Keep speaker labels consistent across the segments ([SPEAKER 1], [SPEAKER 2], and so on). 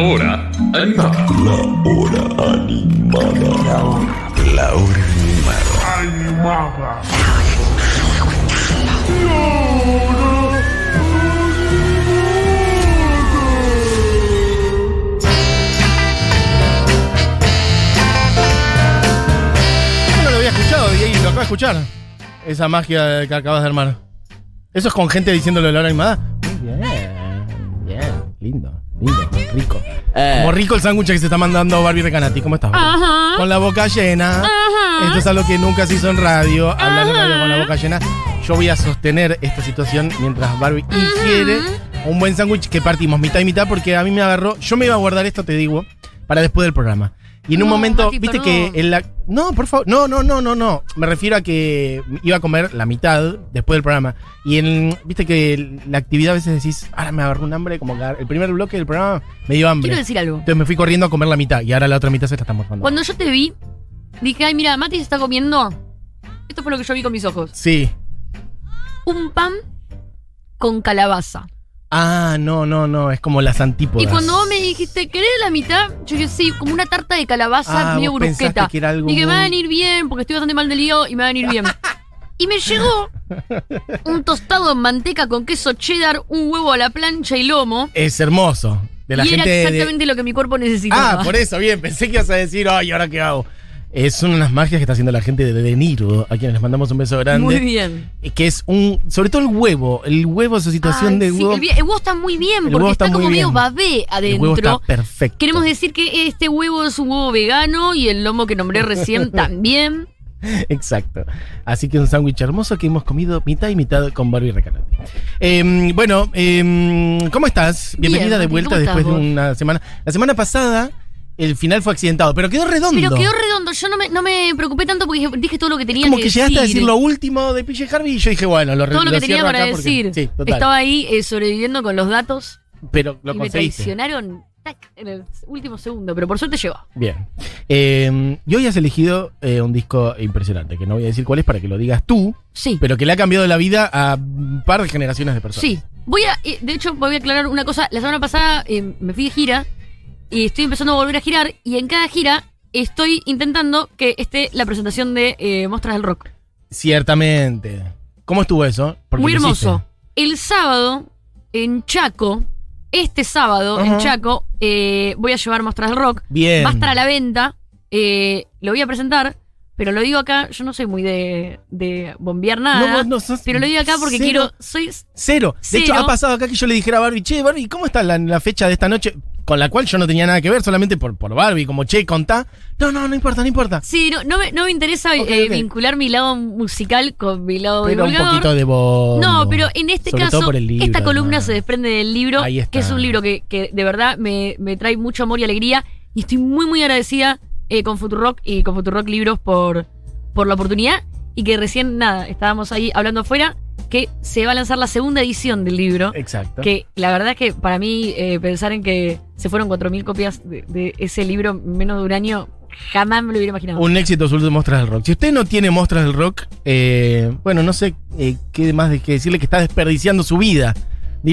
[SPEAKER 1] hora animada.
[SPEAKER 2] La hora animada. La hora, la hora animada.
[SPEAKER 1] Animada.
[SPEAKER 3] Yo no lo había escuchado, y lo acabo de escuchar. Esa magia que acabas de armar. Eso es con gente diciéndolo de la hora animada. Muy bien, bien. Lindo, lindo, rico. Eh. Como rico el sándwich que se está mandando Barbie Recanati. ¿Cómo estás? Barbie?
[SPEAKER 4] Ajá.
[SPEAKER 3] Con la boca llena.
[SPEAKER 4] Ajá.
[SPEAKER 3] Esto es algo que nunca se hizo en radio. Hablar en radio con la boca llena. Yo voy a sostener esta situación mientras Barbie ingiere un buen sándwich que partimos mitad y mitad porque a mí me agarró. Yo me iba a guardar esto, te digo, para después del programa. Y en un
[SPEAKER 4] No,
[SPEAKER 3] momento,
[SPEAKER 4] Matito,
[SPEAKER 3] viste
[SPEAKER 4] no.
[SPEAKER 3] que en la. No, por favor. No, no, no, no, no. Me refiero a que iba a comer la mitad después del programa. Y en. Viste que la actividad a veces decís, ahora me agarró un hambre, como que el primer bloque del programa me dio hambre.
[SPEAKER 4] Quiero decir algo.
[SPEAKER 3] Entonces me fui corriendo a comer la mitad y ahora la otra mitad se la están morfando.
[SPEAKER 4] Cuando yo te vi, dije, ay, mira, Mati se está comiendo. Esto fue lo que yo vi con mis ojos.
[SPEAKER 3] Sí.
[SPEAKER 4] Un pan con calabaza.
[SPEAKER 3] Ah, no, no, no, es como las antípodas.
[SPEAKER 4] Y cuando vos me dijiste, ¿querés la mitad? Yo dije, sí, como una tarta de
[SPEAKER 3] ah,
[SPEAKER 4] calabaza medio
[SPEAKER 3] vos pensaste
[SPEAKER 4] brusqueta.
[SPEAKER 3] que era algo
[SPEAKER 4] Dije, me va a
[SPEAKER 3] muy-
[SPEAKER 4] venir bien, porque estoy bastante mal del lío y me va a venir bien. Y me llegó un tostado en manteca con queso cheddar, un huevo a la plancha y lomo.
[SPEAKER 3] Es hermoso. De la
[SPEAKER 4] y
[SPEAKER 3] gente.
[SPEAKER 4] era
[SPEAKER 3] de-
[SPEAKER 4] exactamente lo que mi cuerpo necesitaba.
[SPEAKER 3] Ah, por eso, bien, pensé que ibas a decir, ay, ¿ahora qué hago? Es son unas magias que está haciendo la gente de De Niro, a quienes les mandamos un beso grande.
[SPEAKER 4] Muy bien.
[SPEAKER 3] Eh, Que es un. Sobre todo el huevo. El huevo, su situación
[SPEAKER 4] Ay,
[SPEAKER 3] de
[SPEAKER 4] sí,
[SPEAKER 3] huevo.
[SPEAKER 4] el, vie- el huevo está muy bien,
[SPEAKER 3] El
[SPEAKER 4] porque
[SPEAKER 3] huevo
[SPEAKER 4] está,
[SPEAKER 3] está muy
[SPEAKER 4] como medio
[SPEAKER 3] bien.
[SPEAKER 4] babé
[SPEAKER 3] el huevo está
[SPEAKER 4] adentro.
[SPEAKER 3] perfecto.
[SPEAKER 4] Queremos decir que este huevo es un huevo vegano y el lomo que nombré recién también.
[SPEAKER 3] Exacto. Así que un sándwich hermoso que hemos comido mitad y mitad con Barbie Recanati. Eh, bueno, eh, ¿cómo estás?
[SPEAKER 4] Bien,
[SPEAKER 3] Bienvenida de
[SPEAKER 4] Mati,
[SPEAKER 3] vuelta
[SPEAKER 4] ¿cómo estás
[SPEAKER 3] después de
[SPEAKER 4] vos?
[SPEAKER 3] una semana. La semana pasada el final fue accidentado, pero quedó redondo.
[SPEAKER 4] Pero quedó redondo, yo no me, no me preocupé tanto porque dije- dije todo lo que tenía
[SPEAKER 3] Como
[SPEAKER 4] que
[SPEAKER 3] que llegaste a decir
[SPEAKER 4] decir
[SPEAKER 3] lo último de PJ Harvey y yo dije, bueno, lo re-
[SPEAKER 4] Todo lo que
[SPEAKER 3] cierro
[SPEAKER 4] tenía para
[SPEAKER 3] acá porque-
[SPEAKER 4] decir.
[SPEAKER 3] Sí, total.
[SPEAKER 4] Estaba ahí eh, sobreviviendo con los datos
[SPEAKER 3] Pero lo
[SPEAKER 4] y me
[SPEAKER 3] conseguiste.
[SPEAKER 4] traicionaron tac, en el último segundo, pero por suerte llegó.
[SPEAKER 3] Bien. Eh, y hoy has elegido eh, un disco impresionante, que no voy a decir cuál es para que lo digas tú,
[SPEAKER 4] Sí,
[SPEAKER 3] pero que le ha cambiado la vida a un par de generaciones de personas.
[SPEAKER 4] sí. Voy a, eh, de hecho, voy a aclarar una cosa. La semana pasada eh, me fui de gira y estoy empezando a volver a girar y en cada gira estoy intentando que esté la presentación de eh, Mostras del Rock.
[SPEAKER 3] Ciertamente. ¿Cómo estuvo eso? Porque
[SPEAKER 4] Muy
[SPEAKER 3] lo hiciste.
[SPEAKER 4] hermoso. El sábado, en Chaco, este sábado,
[SPEAKER 3] Ajá.
[SPEAKER 4] en Chaco, eh, voy a llevar Mostras del Rock.
[SPEAKER 3] Bien.
[SPEAKER 4] Va a estar a la venta. eh, lo voy a presentar, pero lo digo acá, yo no soy muy de, de bombear
[SPEAKER 3] No,
[SPEAKER 4] nada.
[SPEAKER 3] vos no sos-
[SPEAKER 4] pero lo digo acá porque
[SPEAKER 3] cero,
[SPEAKER 4] quiero. Soy.
[SPEAKER 3] Cero. De hecho,
[SPEAKER 4] cero.
[SPEAKER 3] ha pasado acá que yo le dijera a Barbie, che, Barbie, ¿cómo está la, la fecha de esta noche? Con la cual yo no tenía nada que ver, solamente por, por Barbie, como che, contá. No, no, no importa, no importa.
[SPEAKER 4] Sí, no, no me, no me interesa
[SPEAKER 3] Ok,
[SPEAKER 4] eh,
[SPEAKER 3] ok.
[SPEAKER 4] vincular mi lado musical con mi lado
[SPEAKER 3] Pero un
[SPEAKER 4] divulgador.
[SPEAKER 3] poquito de voz.
[SPEAKER 4] No, pero en este
[SPEAKER 3] Sobre todo
[SPEAKER 4] caso,
[SPEAKER 3] por el libro,
[SPEAKER 4] esta columna
[SPEAKER 3] además.
[SPEAKER 4] se desprende del libro,
[SPEAKER 3] Ahí está.
[SPEAKER 4] que es un libro que, que de verdad me, me trae mucho amor y alegría. Y estoy muy, muy agradecida eh, con Futurock y con Futurock Libros por, por la oportunidad. Y que recién, nada, estábamos ahí hablando afuera, que se va a lanzar la segunda edición del libro.
[SPEAKER 3] Exacto.
[SPEAKER 4] Que la verdad es que para mí eh, pensar en que se fueron 4.000 copias de, de ese libro en menos de un año, jamás me lo hubiera imaginado.
[SPEAKER 3] Un éxito absoluto de Mostras del Rock. Si usted no tiene Mostras del Rock, eh, bueno, no sé eh, qué más de que decirle que está desperdiciando su vida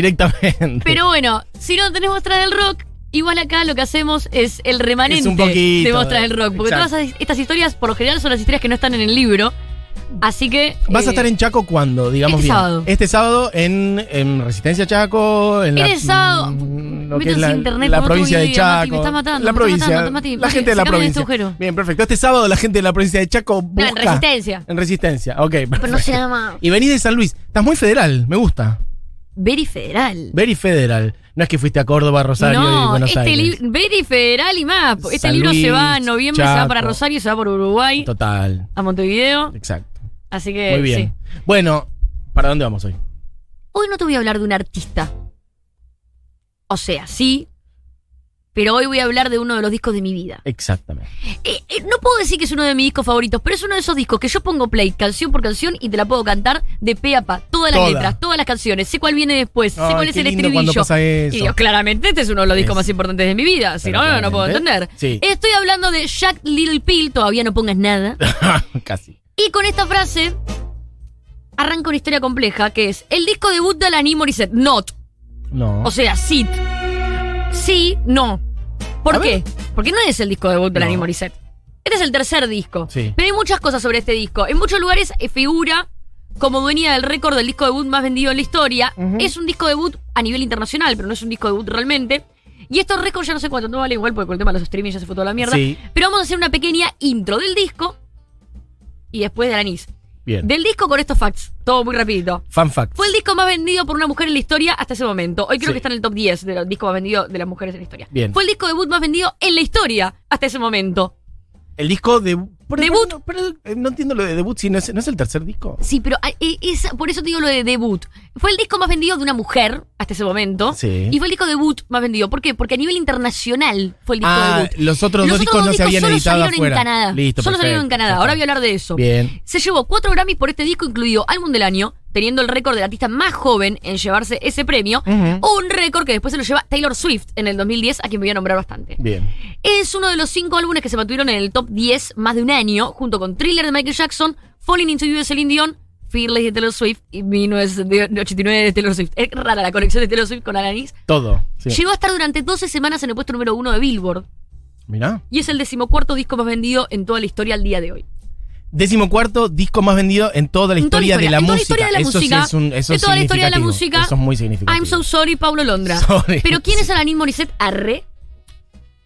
[SPEAKER 3] directamente.
[SPEAKER 4] Pero bueno, si no tenés Mostras del Rock, igual acá lo que hacemos es el remanente
[SPEAKER 3] Es un poquito,
[SPEAKER 4] de Mostras del Rock. Porque
[SPEAKER 3] exacto.
[SPEAKER 4] todas esas- estas historias, por lo general, son las historias que no están en el libro. Así que.
[SPEAKER 3] ¿Vas
[SPEAKER 4] eh,
[SPEAKER 3] a estar en Chaco cuándo? Digamos
[SPEAKER 4] este
[SPEAKER 3] bien.
[SPEAKER 4] sábado.
[SPEAKER 3] Este sábado en, en Resistencia Chaco, en la,
[SPEAKER 4] Este sábado.
[SPEAKER 3] mm, lo
[SPEAKER 4] Meto
[SPEAKER 3] que es
[SPEAKER 4] sin
[SPEAKER 3] la,
[SPEAKER 4] internet,
[SPEAKER 3] la
[SPEAKER 4] no tengo
[SPEAKER 3] provincia de
[SPEAKER 4] idea,
[SPEAKER 3] Chaco.
[SPEAKER 4] Mati, me estás
[SPEAKER 3] la
[SPEAKER 4] matando, me estás
[SPEAKER 3] provincia.
[SPEAKER 4] matando, Mati,
[SPEAKER 3] la
[SPEAKER 4] Mati,
[SPEAKER 3] gente de la
[SPEAKER 4] sacame de este
[SPEAKER 3] provincia.
[SPEAKER 4] agujero.
[SPEAKER 3] Bien, perfecto. Este sábado la gente de la provincia de Chaco
[SPEAKER 4] No,
[SPEAKER 3] busca
[SPEAKER 4] en Resistencia.
[SPEAKER 3] en Resistencia. Ok,
[SPEAKER 4] Pero no se
[SPEAKER 3] perfecto.
[SPEAKER 4] llama.
[SPEAKER 3] Y venís de San Luis. Estás muy federal, me gusta.
[SPEAKER 4] Very Federal.
[SPEAKER 3] Very federal. No es que fuiste a Córdoba, Rosario y
[SPEAKER 4] no,
[SPEAKER 3] Buenos
[SPEAKER 4] este
[SPEAKER 3] Aires.
[SPEAKER 4] libro. Very Federal y más. Este
[SPEAKER 3] San
[SPEAKER 4] libro se
[SPEAKER 3] Luis,
[SPEAKER 4] va en noviembre, se va para
[SPEAKER 3] Chaco.
[SPEAKER 4] Rosario, se va por Uruguay,
[SPEAKER 3] Total,
[SPEAKER 4] a Montevideo.
[SPEAKER 3] exacto.
[SPEAKER 4] Así que.
[SPEAKER 3] Muy bien.
[SPEAKER 4] Eh, sí.
[SPEAKER 3] Bueno, ¿para dónde vamos hoy?
[SPEAKER 4] Hoy no te voy a hablar de un artista. O sea, sí. Pero hoy voy a hablar de uno de los discos de mi vida.
[SPEAKER 3] Exactamente.
[SPEAKER 4] Eh, eh, no puedo decir que es uno de mis discos favoritos, pero es uno de esos discos que yo pongo play canción por canción y te la puedo cantar de pe a pa. Todas las
[SPEAKER 3] Toda.
[SPEAKER 4] letras, todas las canciones. Sé cuál viene después, sé
[SPEAKER 3] Ay,
[SPEAKER 4] cuál es
[SPEAKER 3] qué
[SPEAKER 4] el
[SPEAKER 3] lindo cuando
[SPEAKER 4] estribillo.
[SPEAKER 3] pasa eso.
[SPEAKER 4] Y digo, claramente este es uno de los discos
[SPEAKER 3] Es-
[SPEAKER 4] más importantes de mi vida. Si
[SPEAKER 3] Pero
[SPEAKER 4] no, no, no puedo
[SPEAKER 3] claramente.
[SPEAKER 4] entender.
[SPEAKER 3] Sí.
[SPEAKER 4] Estoy hablando de Jack Little Pill, todavía no pongas nada.
[SPEAKER 3] Casi.
[SPEAKER 4] Y con esta frase arranca una historia compleja que es el disco debut de Alanis Morissette, Not.
[SPEAKER 3] No.
[SPEAKER 4] O sea, sí. Sí, no.
[SPEAKER 3] A
[SPEAKER 4] ¿Por
[SPEAKER 3] ver.
[SPEAKER 4] qué? Porque no es el disco debut de
[SPEAKER 3] No.
[SPEAKER 4] Alanis Morissette. Este es el tercer disco.
[SPEAKER 3] Sí.
[SPEAKER 4] Pero hay muchas cosas sobre este disco. En muchos lugares eh, figura como dueña del récord del disco debut más vendido en la historia.
[SPEAKER 3] Ujú.
[SPEAKER 4] Es un disco debut a nivel internacional, pero no es un disco debut realmente. Y estos récords ya no sé cuánto, no vale igual porque con el tema de los streaming ya se fue toda la mierda.
[SPEAKER 3] Sí.
[SPEAKER 4] Pero vamos a hacer una pequeña intro del disco y después de Alanis.
[SPEAKER 3] Bien.
[SPEAKER 4] Del disco con estos facts, todo muy rapidito.
[SPEAKER 3] Fan fact.
[SPEAKER 4] Fue el disco más vendido por una mujer en la historia hasta ese momento. Hoy creo
[SPEAKER 3] Sí.
[SPEAKER 4] que está en el top 10 de los discos más vendidos de las mujeres en la historia.
[SPEAKER 3] Bien.
[SPEAKER 4] Fue el disco debut más vendido en la historia hasta ese momento.
[SPEAKER 3] El disco de. pero-
[SPEAKER 4] Debut.
[SPEAKER 3] pero- pero, eh, no entiendo lo de debut, si no es, no es el tercer disco.
[SPEAKER 4] Sí, pero ah, eh, es- por eso te digo lo de debut. Fue el disco más vendido de una mujer hasta ese momento.
[SPEAKER 3] Sí.
[SPEAKER 4] Y fue el disco debut más vendido. ¿Por qué? Porque a nivel internacional fue el disco
[SPEAKER 3] Ah,
[SPEAKER 4] debut.
[SPEAKER 3] los otros
[SPEAKER 4] Los
[SPEAKER 3] dos
[SPEAKER 4] otros
[SPEAKER 3] discos no se habían
[SPEAKER 4] solo
[SPEAKER 3] editado
[SPEAKER 4] salieron
[SPEAKER 3] afuera.
[SPEAKER 4] en Canadá.
[SPEAKER 3] Listo,
[SPEAKER 4] solo salieron en
[SPEAKER 3] perfecto.
[SPEAKER 4] Canadá. Ahora voy a hablar de eso.
[SPEAKER 3] Bien.
[SPEAKER 4] Se llevó cuatro Grammys por este disco, incluido álbum del año, teniendo el récord del artista más joven en llevarse ese premio.
[SPEAKER 3] Ujú.
[SPEAKER 4] Un récord que después se lo lleva Taylor Swift en el 2010, a quien me voy a nombrar bastante.
[SPEAKER 3] Bien.
[SPEAKER 4] Es uno de los cinco álbumes que se mantuvieron en el top 10 más de un año, junto con Thriller de Michael Jackson, Falling Into You de Celine Dion, Fearless de Taylor Swift y 1989 de Taylor Swift. Es rara la conexión de Taylor Swift con Alanis.
[SPEAKER 3] Todo. Sí.
[SPEAKER 4] Llegó a estar durante 12 semanas en el puesto número uno de Billboard
[SPEAKER 3] Mirá.
[SPEAKER 4] y es el decimocuarto disco más vendido en toda la historia al día de hoy.
[SPEAKER 3] Décimo cuarto disco más vendido en toda la
[SPEAKER 4] En toda la
[SPEAKER 3] historia, de la
[SPEAKER 4] historia, en toda la
[SPEAKER 3] música.
[SPEAKER 4] historia de la
[SPEAKER 3] eso
[SPEAKER 4] música,
[SPEAKER 3] sí es un. Eso
[SPEAKER 4] en
[SPEAKER 3] es
[SPEAKER 4] toda la historia de la
[SPEAKER 3] significativo.
[SPEAKER 4] música.
[SPEAKER 3] Eso es muy significativo.
[SPEAKER 4] I'm so sorry, Pablo Londra.
[SPEAKER 3] Sorry.
[SPEAKER 4] Pero ¿quién es Alanis Morissette? Arre.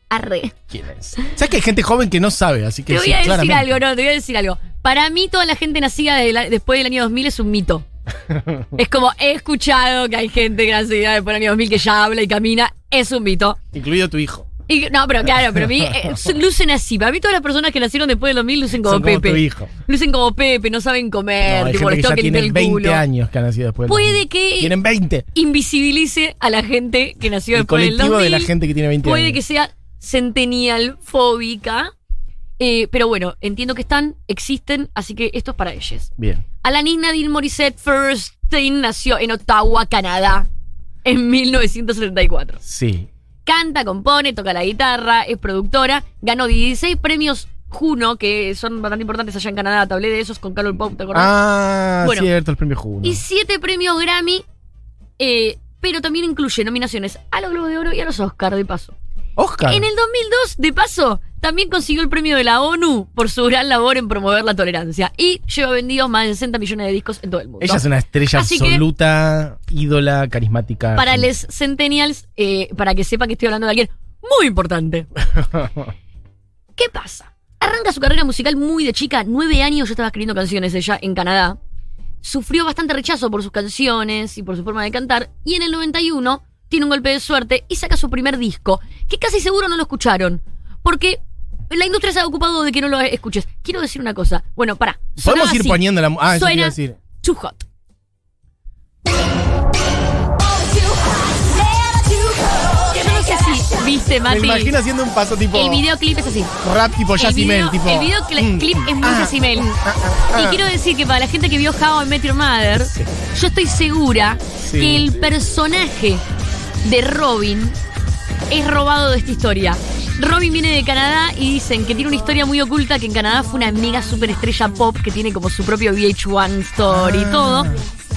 [SPEAKER 4] Arre.
[SPEAKER 3] ¿Quién es? ¿Sabes que hay gente joven que no sabe? Así que
[SPEAKER 4] Te voy
[SPEAKER 3] sí,
[SPEAKER 4] a decir
[SPEAKER 3] claramente.
[SPEAKER 4] algo, no, te voy a decir algo. Para mí, toda la gente nacida de la- después del año 2000 es un mito. es como, he escuchado que hay gente que nacida después del año 2000 que ya habla y camina, es un mito.
[SPEAKER 3] Incluido tu hijo.
[SPEAKER 4] Y, no, pero claro, pero a mí eh, lucen así. Para mí, todas las personas que nacieron después del 2000 lucen como
[SPEAKER 3] Son como
[SPEAKER 4] Pepe.
[SPEAKER 3] tu hijo.
[SPEAKER 4] Lucen como Pepe, no saben comer,
[SPEAKER 3] No, hay
[SPEAKER 4] tipo,
[SPEAKER 3] gente
[SPEAKER 4] les
[SPEAKER 3] que ya
[SPEAKER 4] toca
[SPEAKER 3] tiene
[SPEAKER 4] el
[SPEAKER 3] 20
[SPEAKER 4] culo.
[SPEAKER 3] años que han nacido después. del
[SPEAKER 4] Puede
[SPEAKER 3] 2000.
[SPEAKER 4] que-
[SPEAKER 3] Tienen 20.
[SPEAKER 4] Invisibilice a la gente que nació
[SPEAKER 3] El
[SPEAKER 4] después del
[SPEAKER 3] colectivo
[SPEAKER 4] 2000.
[SPEAKER 3] de la gente que tiene 20
[SPEAKER 4] Puede
[SPEAKER 3] años.
[SPEAKER 4] que sea centennial fóbica. Eh, pero bueno, entiendo que están, existen, así que esto es para ellas.
[SPEAKER 3] Bien.
[SPEAKER 4] Alanis Nadine Morissette Firstein nació en Ottawa, Canadá, en 1974.
[SPEAKER 3] Sí.
[SPEAKER 4] Canta, compone, toca la guitarra, es productora, ganó 16 premios Juno, que son bastante importantes allá en Canadá, te hablé de esos con Carol Pop, ¿te acordás?
[SPEAKER 3] Ah,
[SPEAKER 4] Bueno.
[SPEAKER 3] cierto, el premio Juno.
[SPEAKER 4] Y 7 premios Grammy, eh, pero también incluye nominaciones a los Globos de Oro y a los Oscar, de paso.
[SPEAKER 3] Oscar.
[SPEAKER 4] En el 2002, de paso, también consiguió el premio de la ONU por su gran labor en promover la tolerancia y lleva vendidos más de 60 millones de discos en todo el mundo.
[SPEAKER 3] Ella es una estrella
[SPEAKER 4] Así que-
[SPEAKER 3] absoluta, ídola, carismática.
[SPEAKER 4] Para les centennials, eh, para que sepan que estoy hablando de alguien muy importante. ¿Qué pasa? Arranca su carrera musical muy de chica, nueve años ya estaba escribiendo canciones ella en Canadá. Sufrió bastante rechazo por sus canciones y por su forma de cantar. Y en el 91 tiene un golpe de suerte y saca su primer disco, que casi seguro no lo escucharon. Porque la industria se ha ocupado de que no lo escuches. Quiero decir una cosa. Bueno, para.
[SPEAKER 3] Podemos ir poniendo la. mu- Ah, eso te iba
[SPEAKER 4] Suena
[SPEAKER 3] a decir.
[SPEAKER 4] Too hot. Yo no sé si viste,
[SPEAKER 3] Me
[SPEAKER 4] Mati.
[SPEAKER 3] imagino haciendo un paso tipo.
[SPEAKER 4] El videoclip es así.
[SPEAKER 3] Rap tipo
[SPEAKER 4] el
[SPEAKER 3] Jazzy
[SPEAKER 4] video,
[SPEAKER 3] Mel, tipo.
[SPEAKER 4] el videoclip
[SPEAKER 3] mm,
[SPEAKER 4] clip es muy
[SPEAKER 3] ah,
[SPEAKER 4] Jazzy Mel. Y quiero decir que para la gente que vio How I Met Your Mother, yo estoy segura
[SPEAKER 3] Sí.
[SPEAKER 4] que el personaje de Robin es robado de esta historia. Robin viene de Canadá y dicen que tiene una historia muy oculta, que en Canadá fue una mega superestrella pop que tiene como su propio VH1 Store
[SPEAKER 3] Ah.
[SPEAKER 4] y todo.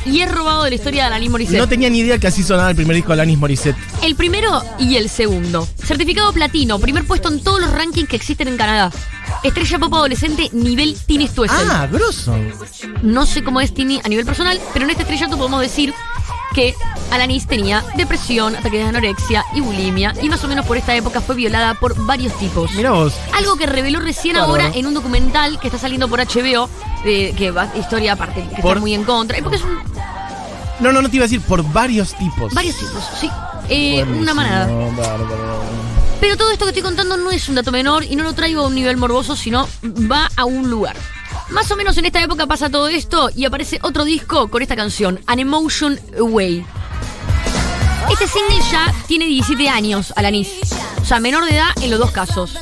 [SPEAKER 4] Y es robado de la historia de Alanis Morissette.
[SPEAKER 3] No tenía ni idea que así sonaba el primer disco de Alanis Morissette.
[SPEAKER 4] El primero y el segundo. Certificado platino, primer puesto en todos los rankings que existen en Canadá. Estrella pop adolescente, nivel Tini Stoessel.
[SPEAKER 3] Ah, grosso.
[SPEAKER 4] No sé cómo es Tini a nivel personal, pero en este estrellato podemos decir que Alanis tenía depresión, ataques de anorexia y bulimia, y más o menos por esta época fue violada por varios tipos.
[SPEAKER 3] Mira vos.
[SPEAKER 4] Algo que reveló recién
[SPEAKER 3] Bárbaro.
[SPEAKER 4] ahora en un documental que está saliendo por HBO, eh, que va historia aparte, que
[SPEAKER 3] Por-
[SPEAKER 4] está muy en contra. Eh, Porque es un-
[SPEAKER 3] No, no, no te iba a decir por varios tipos.
[SPEAKER 4] varios tipos, sí. Eh, una
[SPEAKER 3] Buenísimo,
[SPEAKER 4] manada.
[SPEAKER 3] bárbaro.
[SPEAKER 4] Pero todo esto que estoy contando no es un dato menor y no lo traigo a un nivel morboso, sino va a un lugar. Más o menos en esta época pasa todo esto y aparece otro disco con esta canción, An Emotion Away. Este single ya tiene 17 años, Alanis. O sea, menor de edad en los dos casos.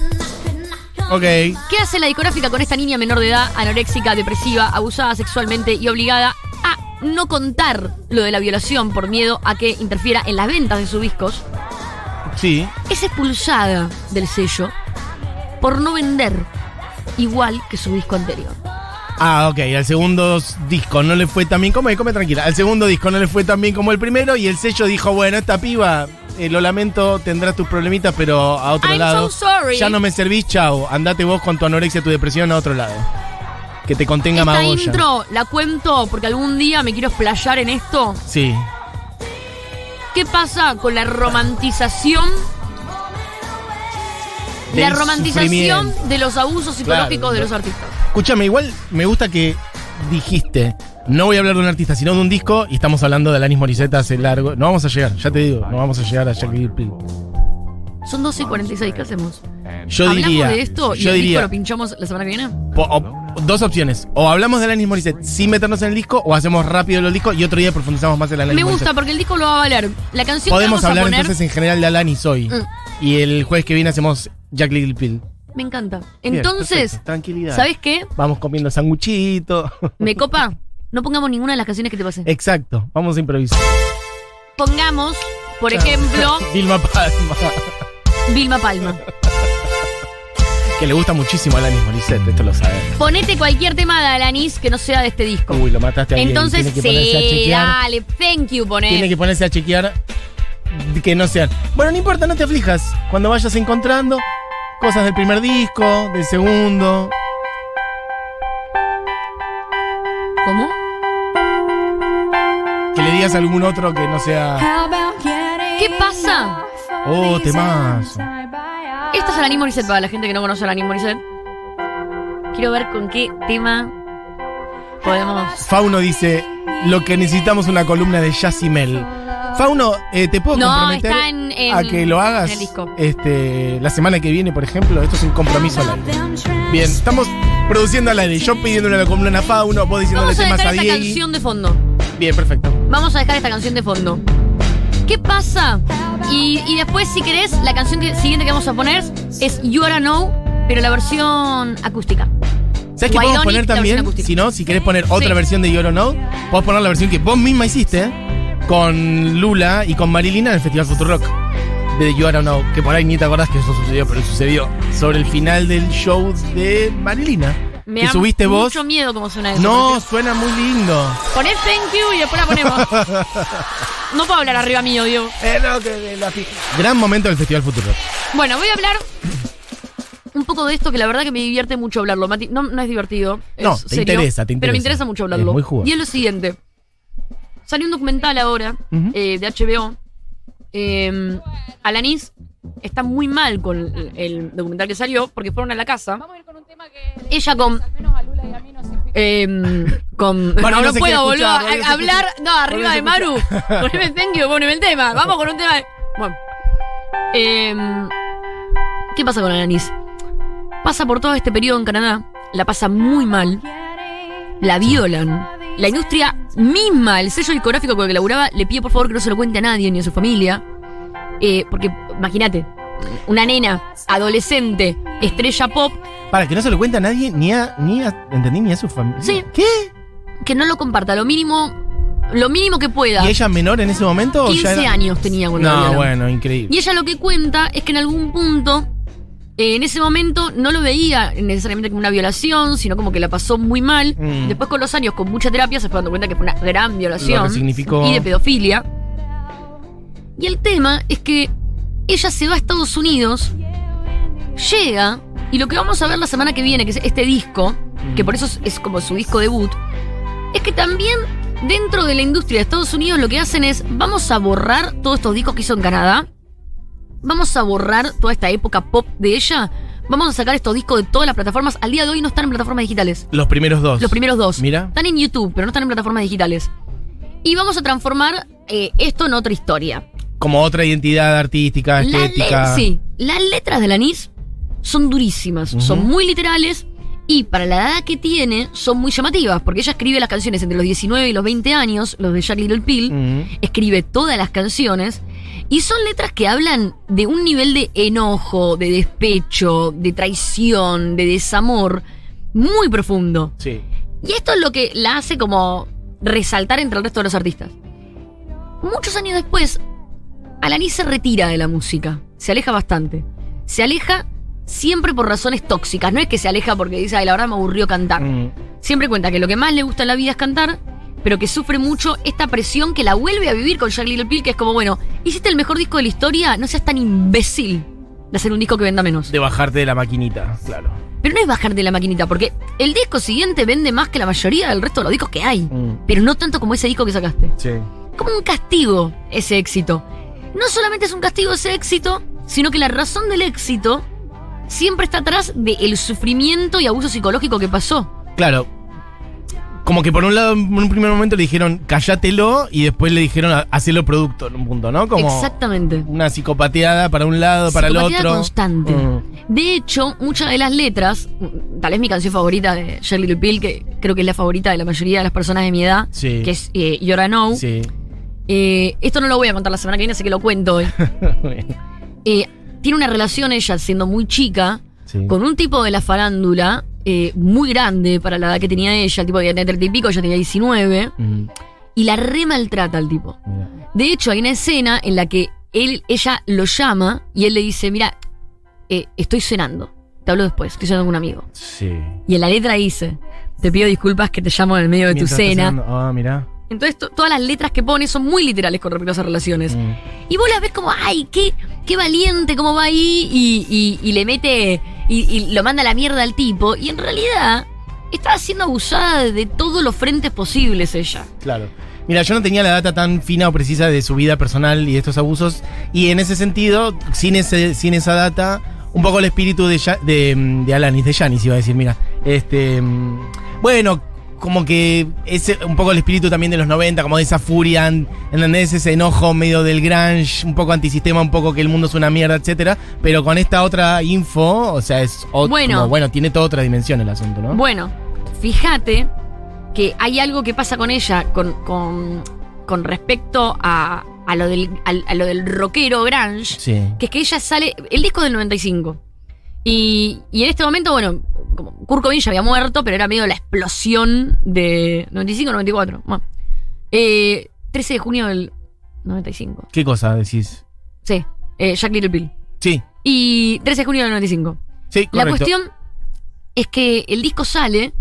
[SPEAKER 3] Ok.
[SPEAKER 4] ¿Qué hace la discográfica con esta niña menor de edad, anoréxica, depresiva, abusada sexualmente y obligada a no contar lo de la violación por miedo a que interfiera en las ventas de sus discos?
[SPEAKER 3] Sí.
[SPEAKER 4] es expulsada del sello por no vender igual que su disco anterior.
[SPEAKER 3] Ah, ok. Al segundo s- disco no le fue tan bien como el, come tranquila. Al segundo disco no le fue tan bien como el primero y el sello dijo, bueno, esta piba eh, lo lamento, tendrás tus problemitas, pero a otro
[SPEAKER 4] I'm
[SPEAKER 3] lado.
[SPEAKER 4] so sorry.
[SPEAKER 3] Ya no me servís, chao. Andate vos con tu anorexia, tu depresión a otro lado. Que te contenga
[SPEAKER 4] Esta
[SPEAKER 3] Magoya.
[SPEAKER 4] intro la cuento porque algún día me quiero explayar en esto.
[SPEAKER 3] Sí.
[SPEAKER 4] ¿Qué pasa con la romantización? La
[SPEAKER 3] Del
[SPEAKER 4] romantización
[SPEAKER 3] sufrimiento.
[SPEAKER 4] de los abusos psicológicos de
[SPEAKER 3] no.
[SPEAKER 4] los artistas.
[SPEAKER 3] Escúchame, igual me gusta que dijiste. No voy a hablar de un artista, sino de un disco. Y estamos hablando de Alanis Morissette hace largo. No vamos a llegar, ya te digo. No vamos a llegar a Jackie Pig.
[SPEAKER 4] Son 12.46, ¿qué hacemos?
[SPEAKER 3] Yo
[SPEAKER 4] ¿Hablamos
[SPEAKER 3] diría.
[SPEAKER 4] de esto y
[SPEAKER 3] yo
[SPEAKER 4] el disco
[SPEAKER 3] diría.
[SPEAKER 4] lo pinchamos la semana que viene?
[SPEAKER 3] po- o- dos opciones. O hablamos de Alanis Morissette sin meternos en el disco, o hacemos rápido los discos y otro día profundizamos más en Alanis
[SPEAKER 4] Me
[SPEAKER 3] Morissette.
[SPEAKER 4] gusta porque el disco lo va a valer. La canción
[SPEAKER 3] Podemos
[SPEAKER 4] que vamos
[SPEAKER 3] hablar
[SPEAKER 4] a poner
[SPEAKER 3] entonces en general de Alanis hoy.
[SPEAKER 4] Mm.
[SPEAKER 3] Y el jueves que viene hacemos Jack Little Pill.
[SPEAKER 4] me encanta.
[SPEAKER 3] Bien,
[SPEAKER 4] Entonces,
[SPEAKER 3] perfecto. tranquilidad.
[SPEAKER 4] ¿sabes qué?
[SPEAKER 3] Vamos comiendo sanguchito.
[SPEAKER 4] Me copa. No pongamos ninguna de las canciones que te pasé.
[SPEAKER 3] Exacto, vamos a improvisar.
[SPEAKER 4] Pongamos, por ejemplo,
[SPEAKER 3] Vilma Palma,
[SPEAKER 4] Vilma Palma.
[SPEAKER 3] que le gusta muchísimo a Alanis Morissette, esto lo sabe.
[SPEAKER 4] Ponete cualquier tema de Alanis que no sea de este disco.
[SPEAKER 3] Uy, lo mataste a alguien.
[SPEAKER 4] Entonces,
[SPEAKER 3] tiene que ponerse a
[SPEAKER 4] sí,
[SPEAKER 3] chequear.
[SPEAKER 4] dale, thank you, poné.
[SPEAKER 3] Tiene que ponerse a chequear que no sean. Bueno, no importa, no te aflijas. Cuando vayas encontrando cosas del primer disco, del segundo.
[SPEAKER 4] ¿Cómo?
[SPEAKER 3] Que le digas a algún otro que no sea.
[SPEAKER 4] ¿Qué pasa?
[SPEAKER 3] Oh, temazo.
[SPEAKER 4] Esto es Alanis Morissette para la gente que no conoce a Alanis Morissette. Quiero ver con qué tema podemos...
[SPEAKER 3] Fauno dice: Lo que necesitamos es una columna de jazz y Mel. Fauno, eh, ¿te puedo
[SPEAKER 4] No,
[SPEAKER 3] comprometer
[SPEAKER 4] está en- en-
[SPEAKER 3] a que lo hagas
[SPEAKER 4] en el disco.
[SPEAKER 3] Este, la semana que viene, por ejemplo? Esto es un compromiso al aire. Bien, estamos produciendo al aire. Yo pidiéndole la columna a Fauno, vos diciéndole
[SPEAKER 4] Vamos a
[SPEAKER 3] temas a
[SPEAKER 4] dejar esta
[SPEAKER 3] Diego.
[SPEAKER 4] canción de fondo.
[SPEAKER 3] Bien, perfecto.
[SPEAKER 4] Vamos a dejar esta canción de fondo. ¿Qué pasa? Y, y después, si querés, la canción que- siguiente que vamos a poner es You Are a Know, pero la versión acústica.
[SPEAKER 3] ¿Sabes qué
[SPEAKER 4] Why
[SPEAKER 3] podemos
[SPEAKER 4] don't
[SPEAKER 3] poner
[SPEAKER 4] it? La versión
[SPEAKER 3] también?
[SPEAKER 4] acústica.
[SPEAKER 3] Si no, si querés poner otra
[SPEAKER 4] Sí.
[SPEAKER 3] versión de You Don't Know, podés poner la versión que vos misma hiciste ¿eh? con Lula y con Marilina en el Festival Futurock de You Don't Know, que por ahí ni te acordás que eso sucedió, pero sucedió sobre el final del show de Marilina.
[SPEAKER 4] Me
[SPEAKER 3] que
[SPEAKER 4] da
[SPEAKER 3] subiste vos.
[SPEAKER 4] mucho miedo como suena eso.
[SPEAKER 3] No, suena muy lindo.
[SPEAKER 4] Ponés thank you y después la ponemos. No puedo hablar arriba mío, Diego.
[SPEAKER 3] Eh, no, que- que la fi- Gran momento del Festival Futurock.
[SPEAKER 4] Bueno, voy a hablar un poco de esto que la verdad que me divierte mucho hablarlo. Mati, no, no es divertido. es
[SPEAKER 3] No, te
[SPEAKER 4] serio,
[SPEAKER 3] interesa, te
[SPEAKER 4] Pero me
[SPEAKER 3] interesa.
[SPEAKER 4] interesa
[SPEAKER 3] Es
[SPEAKER 4] mucho hablarlo.
[SPEAKER 3] muy jugoso.
[SPEAKER 4] Y es lo siguiente. Salió un documental ahora
[SPEAKER 3] Ujú.
[SPEAKER 4] eh, de HBO. Eh, Alanis está muy mal con el, el documental que salió porque fueron a la casa.
[SPEAKER 5] Vamos a ir con un tema que
[SPEAKER 4] Ella con.
[SPEAKER 5] al menos a Lula y a mí nos implica.
[SPEAKER 4] eh, con
[SPEAKER 3] Maru,
[SPEAKER 4] no,
[SPEAKER 3] no
[SPEAKER 4] no
[SPEAKER 3] se quiere
[SPEAKER 4] puedo, boludo.
[SPEAKER 3] escuchar, Maru, no se
[SPEAKER 4] a- hablar.
[SPEAKER 3] escucha.
[SPEAKER 4] No, arriba de
[SPEAKER 3] Maru no se
[SPEAKER 4] Maru. Poneme el thank you, poneme el tema. Vamos con un tema. de- Bueno. Em, ¿Qué pasa con Alanis? Pasa por todo este periodo en Canadá. La pasa muy mal. La violan. La industria misma, el sello discográfico con el que laburaba, le pide por favor que no se lo cuente a nadie ni a su familia. Eh, porque, imagínate, una nena, adolescente, estrella pop,
[SPEAKER 3] Para que no se lo cuenta a nadie, ni a, ni a, ¿entendí? Ni a su familia.
[SPEAKER 4] Sí.
[SPEAKER 3] ¿Qué?
[SPEAKER 4] que no lo comparta, lo mínimo, lo mínimo que pueda.
[SPEAKER 3] ¿Y ella menor en ese momento? o ya
[SPEAKER 4] 15
[SPEAKER 3] era-
[SPEAKER 4] años tenía cuando la
[SPEAKER 3] No,
[SPEAKER 4] vieron.
[SPEAKER 3] bueno, increíble.
[SPEAKER 4] Y ella lo que cuenta es que en algún punto, eh, en ese momento, no lo veía necesariamente como una violación, sino como que la pasó muy mal.
[SPEAKER 3] Mm.
[SPEAKER 4] Después, con los años, con mucha terapia, se fue dando cuenta que fue una gran
[SPEAKER 3] Lo
[SPEAKER 4] violación
[SPEAKER 3] que significó.
[SPEAKER 4] y de pedofilia. Y el tema es que ella se va a Estados Unidos, llega, y lo que vamos a ver la semana que viene, que es este disco, que por eso es, es como su disco debut, es que también dentro de la industria de Estados Unidos lo que hacen es, vamos a borrar todos estos discos que hizo en Canadá, vamos a borrar toda esta época pop de ella, vamos a sacar estos discos de todas las plataformas, al día de hoy no están en plataformas digitales,
[SPEAKER 3] Los primeros dos.
[SPEAKER 4] los primeros dos.
[SPEAKER 3] Mira.
[SPEAKER 4] Están en YouTube, pero no están en plataformas digitales. Y vamos a transformar eh, esto en otra historia.
[SPEAKER 3] Como otra identidad artística,
[SPEAKER 4] Las
[SPEAKER 3] estética.
[SPEAKER 4] le- sí, las letras de Alanis son durísimas,
[SPEAKER 3] Ujú.
[SPEAKER 4] son muy literales y para la edad que tiene son muy llamativas, porque ella escribe las canciones entre los 19 y los 20 años, los de Jackie Little Pill,
[SPEAKER 3] Mm.
[SPEAKER 4] escribe todas las canciones y son letras que hablan de un nivel de enojo, de despecho, de traición, de desamor muy profundo.
[SPEAKER 3] Sí.
[SPEAKER 4] Y esto es lo que la hace como resaltar entre el resto de los artistas. Muchos años después, Alanis se retira de la música. Se aleja bastante. Se aleja siempre por razones tóxicas. No es que se aleja porque dice, ay, la verdad me aburrió cantar.
[SPEAKER 3] Mm.
[SPEAKER 4] Siempre cuenta que lo que más le gusta en la vida es cantar pero que sufre mucho esta presión que la vuelve a vivir con Jack Little Pill, que es como, bueno, hiciste el mejor disco de la historia, no seas tan imbécil de hacer un disco que venda menos.
[SPEAKER 3] De bajarte de la maquinita, claro.
[SPEAKER 4] Pero no es bajarte de la maquinita, porque el disco siguiente vende más que la mayoría del resto de los discos que hay, pero no tanto como ese disco que sacaste
[SPEAKER 3] Mm. Sí.
[SPEAKER 4] como un castigo ese éxito. No solamente es un castigo ese éxito, sino que la razón del éxito siempre está atrás del sufrimiento y abuso psicológico que pasó.
[SPEAKER 3] Claro. Como que por un lado, en un primer momento le dijeron, callátelo, y después le dijeron, "Ha- hacelo producto en un punto, ¿no? Como
[SPEAKER 4] Exactamente.
[SPEAKER 3] una psicopateada para un lado, para el
[SPEAKER 4] Psicopatía
[SPEAKER 3] otro.
[SPEAKER 4] constante.
[SPEAKER 3] Mm.
[SPEAKER 4] De hecho, muchas de las letras, mm, tal vez mi canción favorita de Shirley Lupil, que creo que es la favorita de la mayoría de las personas de mi edad,
[SPEAKER 3] Sí.
[SPEAKER 4] que es eh, Your I Know.
[SPEAKER 3] Sí.
[SPEAKER 4] Eh, esto no lo voy a contar la semana que viene, así que lo cuento hoy. Eh, tiene una relación ella, siendo muy chica,
[SPEAKER 3] Sí.
[SPEAKER 4] con un tipo de la farándula eh, muy grande para la edad que tenía ella. El tipo debía tener 30 y pico, ella tenía 19.
[SPEAKER 3] Mm,
[SPEAKER 4] Y la re maltrata al tipo.
[SPEAKER 3] mira.
[SPEAKER 4] De hecho, hay una escena en la que él, ella lo llama y él le dice: Mira, eh, estoy cenando. Te hablo después, estoy cenando con un amigo.
[SPEAKER 3] Sí.
[SPEAKER 4] Y en la letra dice: Te pido disculpas que te llamo en el medio de
[SPEAKER 3] Mientras
[SPEAKER 4] tu
[SPEAKER 3] está
[SPEAKER 4] cena.
[SPEAKER 3] cenando- Ah, mira.
[SPEAKER 4] Entonces, to- todas las letras que pone son muy literales con respecto a esas relaciones.
[SPEAKER 3] Mm.
[SPEAKER 4] Y vos las ves como, ay, qué, qué valiente, cómo va ahí, y, y- y le mete, y, y lo manda a la mierda al tipo. Y en realidad, estaba siendo abusada de todos los frentes posibles ella.
[SPEAKER 3] Claro. Mira, yo no tenía la data tan fina o precisa de su vida personal y de estos abusos. Y en ese sentido, sin, ese, sin esa data, un poco el espíritu de, Ya- de, mm, de Alanis, de Yanis, iba a decir, mira. Este. mm, Bueno, como que es un poco el espíritu también de los 90, como de esa furia, en- ¿entendés? Ese enojo medio del grunge, un poco antisistema, un poco que el mundo es una mierda, etcétera. Pero con esta otra info, o sea, es otro.
[SPEAKER 4] Bueno.
[SPEAKER 3] bueno, tiene toda otra dimensión el asunto, ¿no?
[SPEAKER 4] Bueno, fíjate que hay algo que pasa con ella con, con, con respecto a, a lo del, al- a lo del rockero Grange.
[SPEAKER 3] Sí.
[SPEAKER 4] que es que ella sale el disco del 95. Y, y en este momento, bueno, como Kurt Cobain ya había muerto, pero era medio la explosión de 95-94. Bueno, Eh, 13 de junio del 95.
[SPEAKER 3] ¿Qué cosa decís?
[SPEAKER 4] Sí, eh, Jack Little Pill.
[SPEAKER 3] Sí.
[SPEAKER 4] Y 13 de junio del 95.
[SPEAKER 3] Sí, correcto.
[SPEAKER 4] La cuestión es que el disco sale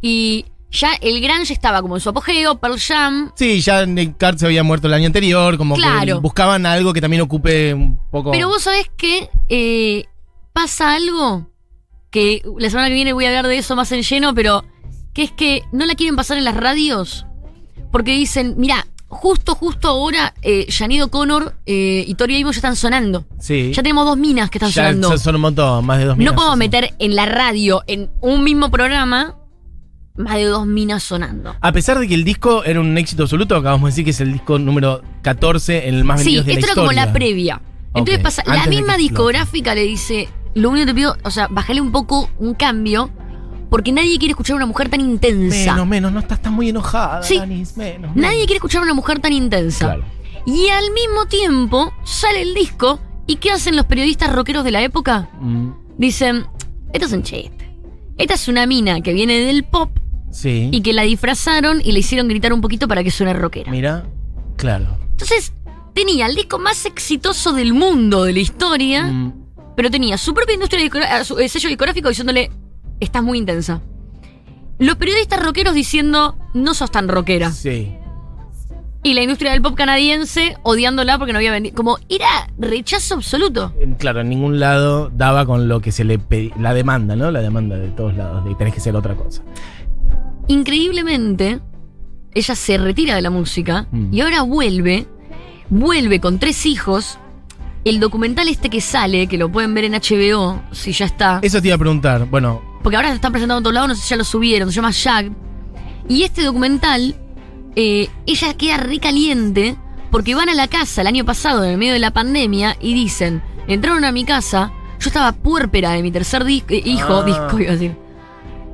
[SPEAKER 4] y ya el Grunge estaba como en su apogeo, Pearl Jam,
[SPEAKER 3] Sí, ya Nick Card se había muerto el año anterior, como
[SPEAKER 4] Claro.
[SPEAKER 3] que buscaban algo que también ocupe un poco.
[SPEAKER 4] Pero vos sabés que eh, pasa algo que la semana que viene voy a hablar de eso más en lleno, pero que es que no la quieren pasar en las radios porque dicen, mira, justo, justo ahora eh, Janido Connor y Tori Amos ya están sonando.
[SPEAKER 3] sí.
[SPEAKER 4] Ya tenemos dos minas que están
[SPEAKER 3] Ya
[SPEAKER 4] sonando.
[SPEAKER 3] son- son un montón, más de dos
[SPEAKER 4] no
[SPEAKER 3] minas,
[SPEAKER 4] podemos
[SPEAKER 3] sí.
[SPEAKER 4] meter en la radio, en un mismo programa, más de dos minas sonando.
[SPEAKER 3] A pesar de que el disco era un éxito absoluto, acabamos de decir que es el disco número 14 en el más
[SPEAKER 4] Sí,
[SPEAKER 3] vendido
[SPEAKER 4] esto
[SPEAKER 3] Ah, de la
[SPEAKER 4] era
[SPEAKER 3] historia.
[SPEAKER 4] como la previa. Entonces
[SPEAKER 3] Ok,
[SPEAKER 4] pasa, la
[SPEAKER 3] antes de
[SPEAKER 4] misma
[SPEAKER 3] que explote.
[SPEAKER 4] discográfica le dice, lo único que te pido, o sea, bájale un poco un cambio, porque nadie quiere escuchar a una mujer tan intensa.
[SPEAKER 3] Menos, menos, no estás tan muy enojada,
[SPEAKER 4] Sí.
[SPEAKER 3] Alanis, menos.
[SPEAKER 4] Nadie quiere escuchar a una mujer tan intensa.
[SPEAKER 3] Claro.
[SPEAKER 4] Y al mismo tiempo sale el disco y ¿qué hacen los periodistas rockeros de la época?
[SPEAKER 3] Mm,
[SPEAKER 4] Dicen, esto es un chiste. Esta es una mina que viene del pop
[SPEAKER 3] sí.
[SPEAKER 4] y que la disfrazaron y le hicieron gritar un poquito para que suene rockera.
[SPEAKER 3] Mira, claro.
[SPEAKER 4] Entonces, tenía el disco más exitoso del mundo, de la historia.
[SPEAKER 3] Mm,
[SPEAKER 4] pero tenía su propia industria discogra- eh, su- eh, sello discográfico diciéndole estás muy intensa. Los periodistas rockeros diciendo no sos tan rockera.
[SPEAKER 3] sí.
[SPEAKER 4] Y la industria del pop canadiense odiándola porque no había vendido. Como era rechazo absoluto.
[SPEAKER 3] En- Claro, en ningún lado daba con lo que se le pedía. La demanda, ¿no? La demanda de todos lados, de que tenés que ser otra cosa.
[SPEAKER 4] Increíblemente, ella se retira de la música
[SPEAKER 3] Mm.
[SPEAKER 4] y ahora vuelve, vuelve con tres hijos. El documental este que sale, que lo pueden ver en HBO, si ya está.
[SPEAKER 3] Eso te iba a preguntar. Bueno,
[SPEAKER 4] porque ahora se están presentando en todos lados, no sé si ya lo subieron, se llama Jack. Y este documental, eh, ella queda recaliente porque van a la casa el año pasado, en el medio de la pandemia, y dicen, entraron a mi casa, yo estaba puérpera de mi tercer dis- eh, hijo,
[SPEAKER 3] Ah.
[SPEAKER 4] disco iba a decir.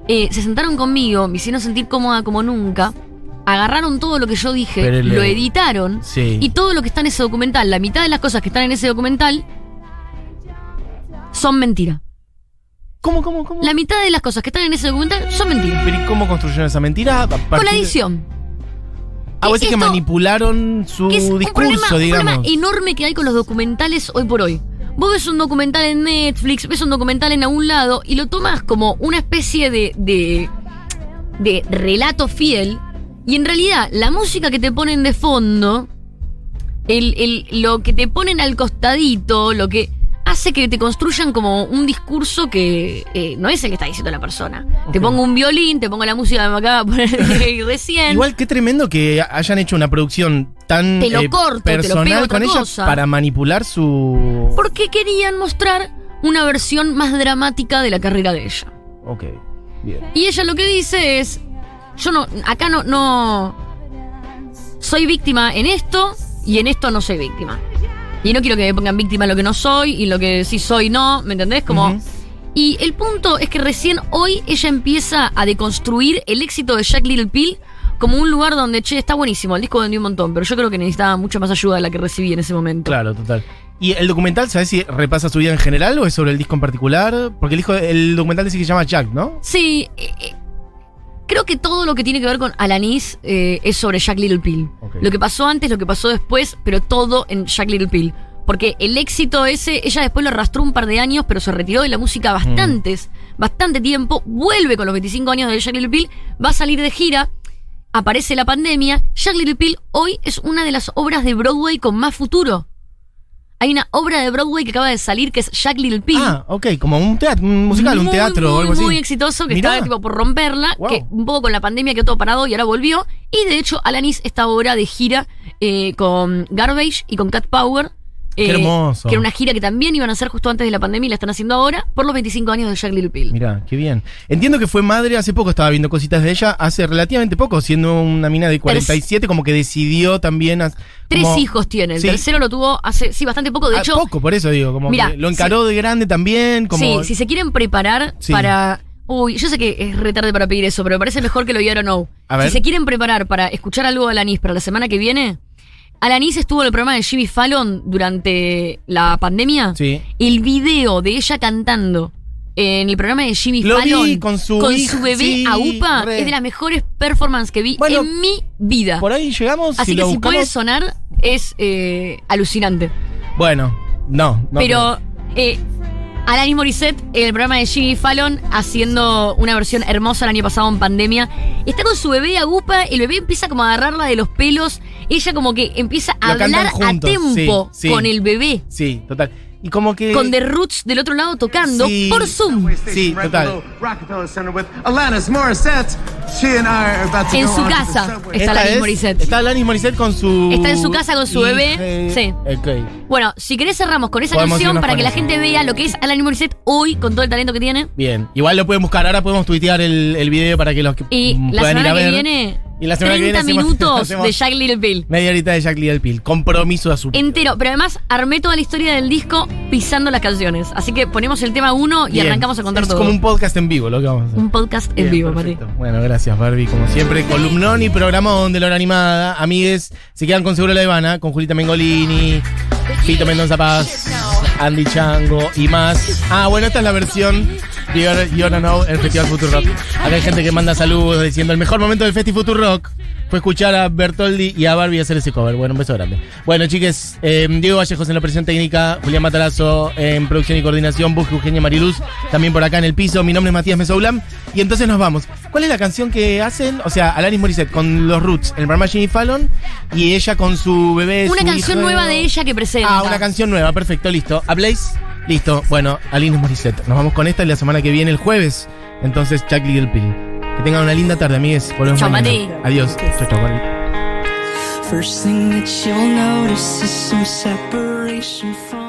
[SPEAKER 4] Eh, se sentaron conmigo, me hicieron sentir cómoda como nunca, agarraron todo lo que yo dije,
[SPEAKER 3] Pero le-
[SPEAKER 4] lo editaron,
[SPEAKER 3] sí.
[SPEAKER 4] y todo lo que está en ese documental, la mitad de las cosas que están en ese documental, son mentira.
[SPEAKER 3] ¿Cómo, cómo, cómo?
[SPEAKER 4] La mitad de las cosas que están en ese documental son mentiras.
[SPEAKER 3] Pero ¿y cómo construyeron esa mentira? A
[SPEAKER 4] Con
[SPEAKER 3] partir
[SPEAKER 4] la
[SPEAKER 3] de-
[SPEAKER 4] edición.
[SPEAKER 3] Ah, vos decís que
[SPEAKER 4] Esto-
[SPEAKER 3] manipularon su
[SPEAKER 4] Que es un
[SPEAKER 3] discurso,
[SPEAKER 4] problema, un
[SPEAKER 3] digamos.
[SPEAKER 4] problema enorme que hay con los documentales hoy por hoy. Vos ves un documental en Netflix, ves un documental en algún lado y lo tomás como una especie de, de, de relato fiel Y en realidad, la música que te ponen de fondo, el, el- lo que te ponen al costadito, lo que hace que te construyan como un discurso que eh, no es el que está diciendo la persona. Te pongo un violín, te pongo la música que me acaba de poner Diego recién.
[SPEAKER 3] Igual qué tremendo que hayan hecho una producción tan eh,
[SPEAKER 4] Te lo corto, te lo
[SPEAKER 3] personal
[SPEAKER 4] pego otra
[SPEAKER 3] con ella
[SPEAKER 4] cosa.
[SPEAKER 3] para manipular su.
[SPEAKER 4] Porque querían mostrar una versión más dramática de la carrera de ella.
[SPEAKER 3] Ok, bien.
[SPEAKER 4] Y ella lo que dice es, yo no, acá no, no, soy víctima en esto y en esto no soy víctima. Y no quiero que me pongan víctima en lo que no soy y en lo que sí soy no, ¿me entendés? Como...
[SPEAKER 3] Ujú.
[SPEAKER 4] Y el punto es que recién hoy ella empieza a deconstruir el éxito de Jack Little Pill como un lugar donde, che, está buenísimo, el disco vendió un montón, pero yo creo que necesitaba mucha más ayuda de la que recibí en ese momento.
[SPEAKER 3] Claro, total. ¿Y el documental, sabes si repasa su vida en general o es sobre el disco en particular? Porque el, disco, el documental dice que se llama Jack, ¿no?
[SPEAKER 4] Sí, eh, eh, creo que todo lo que tiene que ver con Alanis eh, es sobre Jack Little Pill.
[SPEAKER 3] Ok.
[SPEAKER 4] Lo que pasó antes, lo que pasó después, pero todo en Jack Little Pill. Porque el éxito ese, ella después lo arrastró un par de años, pero se retiró de la música bastantes,
[SPEAKER 3] Mm.
[SPEAKER 4] bastante tiempo, vuelve con los 25 años de Jack Little Pill, va a salir de gira, aparece la pandemia, Jack Little Pill hoy es una de las obras de Broadway con más futuro. Hay una obra de Broadway que acaba de salir que es Jack Little Pill
[SPEAKER 3] Ah, ok, como un teatro, un musical, un
[SPEAKER 4] muy,
[SPEAKER 3] teatro
[SPEAKER 4] muy,
[SPEAKER 3] o algo así.
[SPEAKER 4] Muy exitoso, que
[SPEAKER 3] Mirá.
[SPEAKER 4] estaba tipo por romperla,
[SPEAKER 3] Wow.
[SPEAKER 4] que un poco con la pandemia quedó todo parado y ahora volvió. Y de hecho, Alanis está ahora de gira eh, con Garbage y con Cat Power. eh,
[SPEAKER 3] Qué hermoso.
[SPEAKER 4] Que era una gira que también iban a hacer justo antes de la pandemia y la están haciendo ahora por los 25 años de Jack Little Pill.
[SPEAKER 3] Mirá, qué bien. Entiendo que fue madre hace poco, estaba viendo cositas de ella, hace relativamente poco, siendo una mina de 47, como que decidió también. haz-
[SPEAKER 4] Tres
[SPEAKER 3] como-
[SPEAKER 4] hijos tiene. El
[SPEAKER 3] Sí.
[SPEAKER 4] tercero lo tuvo hace, sí, bastante poco. De
[SPEAKER 3] Ah,
[SPEAKER 4] hecho,
[SPEAKER 3] poco, por eso digo, como
[SPEAKER 4] Mirá,
[SPEAKER 3] que lo encaró de grande también, como.
[SPEAKER 4] Sí, si se quieren preparar
[SPEAKER 3] Sí.
[SPEAKER 4] para. Uy, yo sé que es retarde para pedir eso, pero me parece mejor que lo digan o no.
[SPEAKER 3] A ver.
[SPEAKER 4] Si se quieren preparar para escuchar algo de Alanis para la semana que viene, Alanis estuvo en el programa de Jimmy Fallon durante la pandemia.
[SPEAKER 3] Sí.
[SPEAKER 4] El video de ella cantando en el programa de Jimmy
[SPEAKER 3] Lo vi
[SPEAKER 4] Fallon
[SPEAKER 3] con su hija,
[SPEAKER 4] bebé
[SPEAKER 3] sí,
[SPEAKER 4] Aupa
[SPEAKER 3] re.
[SPEAKER 4] es de las mejores performances que vi
[SPEAKER 3] Bueno,
[SPEAKER 4] en mi vida.
[SPEAKER 3] Por ahí llegamos.
[SPEAKER 4] Así
[SPEAKER 3] si
[SPEAKER 4] que
[SPEAKER 3] lo
[SPEAKER 4] si
[SPEAKER 3] buscamos-
[SPEAKER 4] puede sonar, es eh, alucinante.
[SPEAKER 3] Bueno, no, no.
[SPEAKER 4] Pero eh, Alanis Morissette, el programa de Jimmy Fallon, haciendo una versión hermosa el año pasado en pandemia. Está con su bebé Agupa, el bebé empieza como a agarrarla de los pelos. Ella como que empieza a
[SPEAKER 3] Lo cantan
[SPEAKER 4] hablar
[SPEAKER 3] juntos,
[SPEAKER 4] a tempo
[SPEAKER 3] sí, sí.
[SPEAKER 4] con el bebé.
[SPEAKER 3] Sí, total. Y como que.
[SPEAKER 4] Con The Roots del otro lado tocando
[SPEAKER 3] Sí.
[SPEAKER 4] por Zoom.
[SPEAKER 3] Mm, Sí,
[SPEAKER 6] right
[SPEAKER 3] total.
[SPEAKER 6] below Rockefeller Center with Alanis Morissette. She and I are about to
[SPEAKER 4] En
[SPEAKER 6] go
[SPEAKER 4] su
[SPEAKER 6] onto the
[SPEAKER 4] casa.
[SPEAKER 6] subway.
[SPEAKER 4] Está
[SPEAKER 3] Esta
[SPEAKER 4] Alanis
[SPEAKER 3] es-
[SPEAKER 4] Morissette.
[SPEAKER 3] Está Alanis Morissette con su.
[SPEAKER 4] Está en su casa con su bebé, sí.
[SPEAKER 3] Ok.
[SPEAKER 4] Bueno, si querés cerramos con esa
[SPEAKER 3] Podemos
[SPEAKER 4] canción
[SPEAKER 3] irnos
[SPEAKER 4] para
[SPEAKER 3] con
[SPEAKER 4] que la
[SPEAKER 3] eso.
[SPEAKER 4] gente vea lo que es Alanis Morissette hoy con todo el talento que tiene.
[SPEAKER 3] Bien, igual lo pueden buscar. Ahora podemos tuitear el, el video para que los que
[SPEAKER 4] Y
[SPEAKER 3] mm,
[SPEAKER 4] la
[SPEAKER 3] puedan ir a
[SPEAKER 4] semana que
[SPEAKER 3] ver.
[SPEAKER 4] viene,
[SPEAKER 3] Y la semana que viene
[SPEAKER 4] 30
[SPEAKER 3] hacemos-
[SPEAKER 4] minutos
[SPEAKER 3] hacemos-
[SPEAKER 4] de Jack Little Pill.
[SPEAKER 3] Media horita de Jack Little Pill. Compromiso a su.
[SPEAKER 4] Entero, pero además armé toda la historia del disco pisando las canciones. Así que ponemos el tema uno y
[SPEAKER 3] Bien.
[SPEAKER 4] arrancamos a contar
[SPEAKER 3] es
[SPEAKER 4] todo.
[SPEAKER 3] como un podcast en vivo lo que vamos a hacer.
[SPEAKER 4] Un podcast en
[SPEAKER 3] Bien,
[SPEAKER 4] vivo, Mati.
[SPEAKER 3] perfecto. Bueno, gracias, Barbie. Como siempre, columnón y programón de la hora animada. Amigues, se quedan con Seguro La Habana, con Julita Mengolini, Fito Mendoza Paz, Andy Chango y más. Ah, bueno, esta es la versión de Your- You Don't Know, el Festival Futuro Rock. Acá hay gente que manda saludos diciendo: el mejor momento del Festi Futuro Rock fue escuchar a Bertoldi y a Barbie hacer ese cover. Bueno, un beso grande. Bueno, chiques, eh, Diego Vallejos en la operación técnica, Julián Matarazo en producción y coordinación, Busque Eugenia Mariluz, también por acá en el piso. Mi nombre es Matías Mesoulam. Y entonces nos vamos. ¿Cuál es la canción que hacen? O sea, Alanis Morissette con los Roots, en el programa Jimmy Fallon, y ella con su bebé.
[SPEAKER 4] Una
[SPEAKER 3] su
[SPEAKER 4] canción
[SPEAKER 3] hijo.
[SPEAKER 4] nueva de ella que presenta.
[SPEAKER 3] Ah, una canción nueva, perfecto, listo. ¿Habléis? Listo. Bueno, Alanis Morissette. Nos vamos con esta y la semana que viene, el jueves. Entonces, Jack Little Pill. Que tengan una linda tarde, amigues. Volvemos
[SPEAKER 4] Chau,
[SPEAKER 3] mañana.
[SPEAKER 4] Mati.
[SPEAKER 3] Adiós. Chau, chau, Barbie.
[SPEAKER 7] First thing that you'll notice is some separation from